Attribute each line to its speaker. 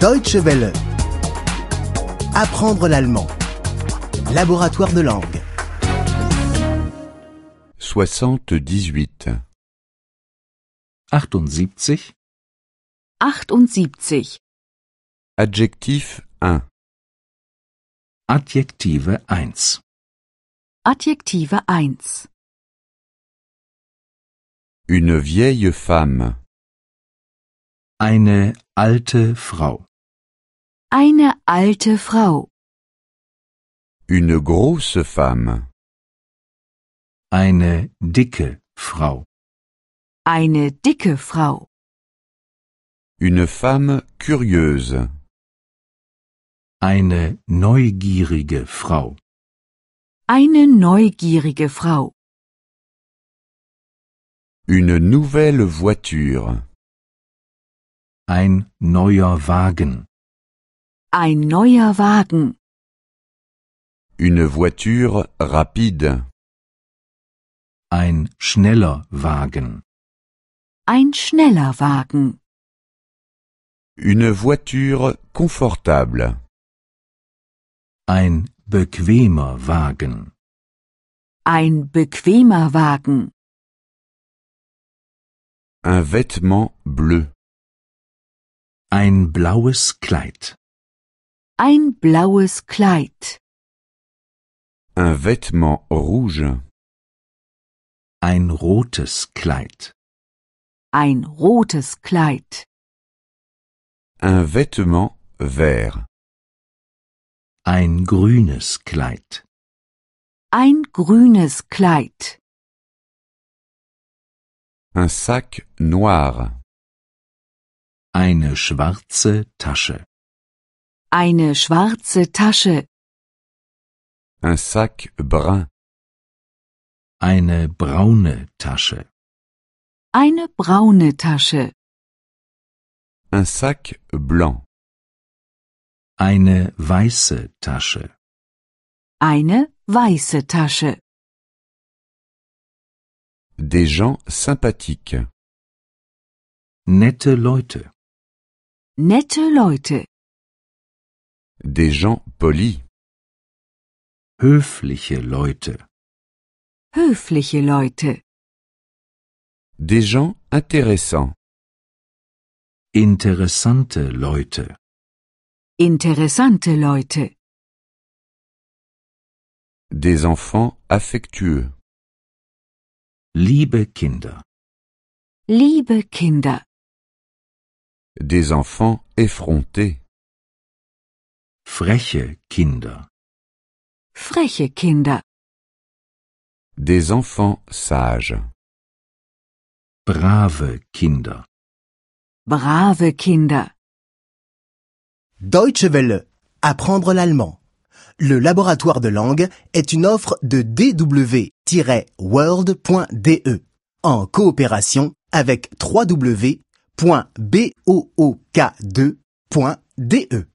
Speaker 1: Deutsche Welle. Apprendre l'allemand. Laboratoire de langue.
Speaker 2: 78.
Speaker 3: 78.
Speaker 4: 78.
Speaker 2: Adjectif 1.
Speaker 3: Adjektive 1.
Speaker 4: Adjektive 1.
Speaker 2: Une vieille femme.
Speaker 3: Eine alte Frau.
Speaker 4: Eine alte Frau.
Speaker 2: Une grosse femme.
Speaker 3: Eine dicke Frau.
Speaker 4: Eine dicke Frau.
Speaker 2: Une femme curieuse.
Speaker 3: Eine neugierige Frau.
Speaker 4: Eine neugierige Frau.
Speaker 2: Une nouvelle voiture.
Speaker 3: Ein neuer Wagen.
Speaker 4: Ein neuer Wagen.
Speaker 2: Une voiture rapide.
Speaker 3: Ein schneller Wagen.
Speaker 4: Ein schneller Wagen.
Speaker 2: Une voiture confortable.
Speaker 3: Ein bequemer Wagen.
Speaker 4: Ein bequemer Wagen.
Speaker 2: Un vêtement bleu.
Speaker 3: Ein blaues Kleid.
Speaker 4: Ein blaues Kleid.
Speaker 2: Un vêtement rouge.
Speaker 3: Ein rotes Kleid.
Speaker 4: Ein rotes Kleid.
Speaker 2: Un vêtement vert.
Speaker 3: Ein grünes Kleid.
Speaker 4: Ein grünes Kleid.
Speaker 2: Un sac noir.
Speaker 3: Eine schwarze Tasche.
Speaker 4: Eine schwarze Tasche.
Speaker 2: Un sac brun.
Speaker 3: Eine braune Tasche.
Speaker 4: Eine braune Tasche.
Speaker 2: Un sac blanc.
Speaker 3: Eine weiße Tasche.
Speaker 4: Eine weiße Tasche.
Speaker 2: Des gens sympathiques.
Speaker 3: Nette Leute.
Speaker 4: Nette Leute.
Speaker 2: Des gens polis.
Speaker 3: Höfliche Leute.
Speaker 4: Höfliche Leute.
Speaker 2: Des gens intéressants.
Speaker 3: Interessante Leute.
Speaker 4: Interessante Leute.
Speaker 2: Des enfants affectueux.
Speaker 3: Liebe Kinder.
Speaker 4: Liebe Kinder.
Speaker 2: Des enfants effrontés.
Speaker 3: Freche Kinder.
Speaker 4: Freche Kinder.
Speaker 2: Des enfants sages.
Speaker 3: Brave Kinder.
Speaker 4: Brave Kinder.
Speaker 1: Deutsche Welle. Apprendre l'allemand. Le laboratoire de langue est une offre de dw-world.de e, en coopération avec www.book2.de.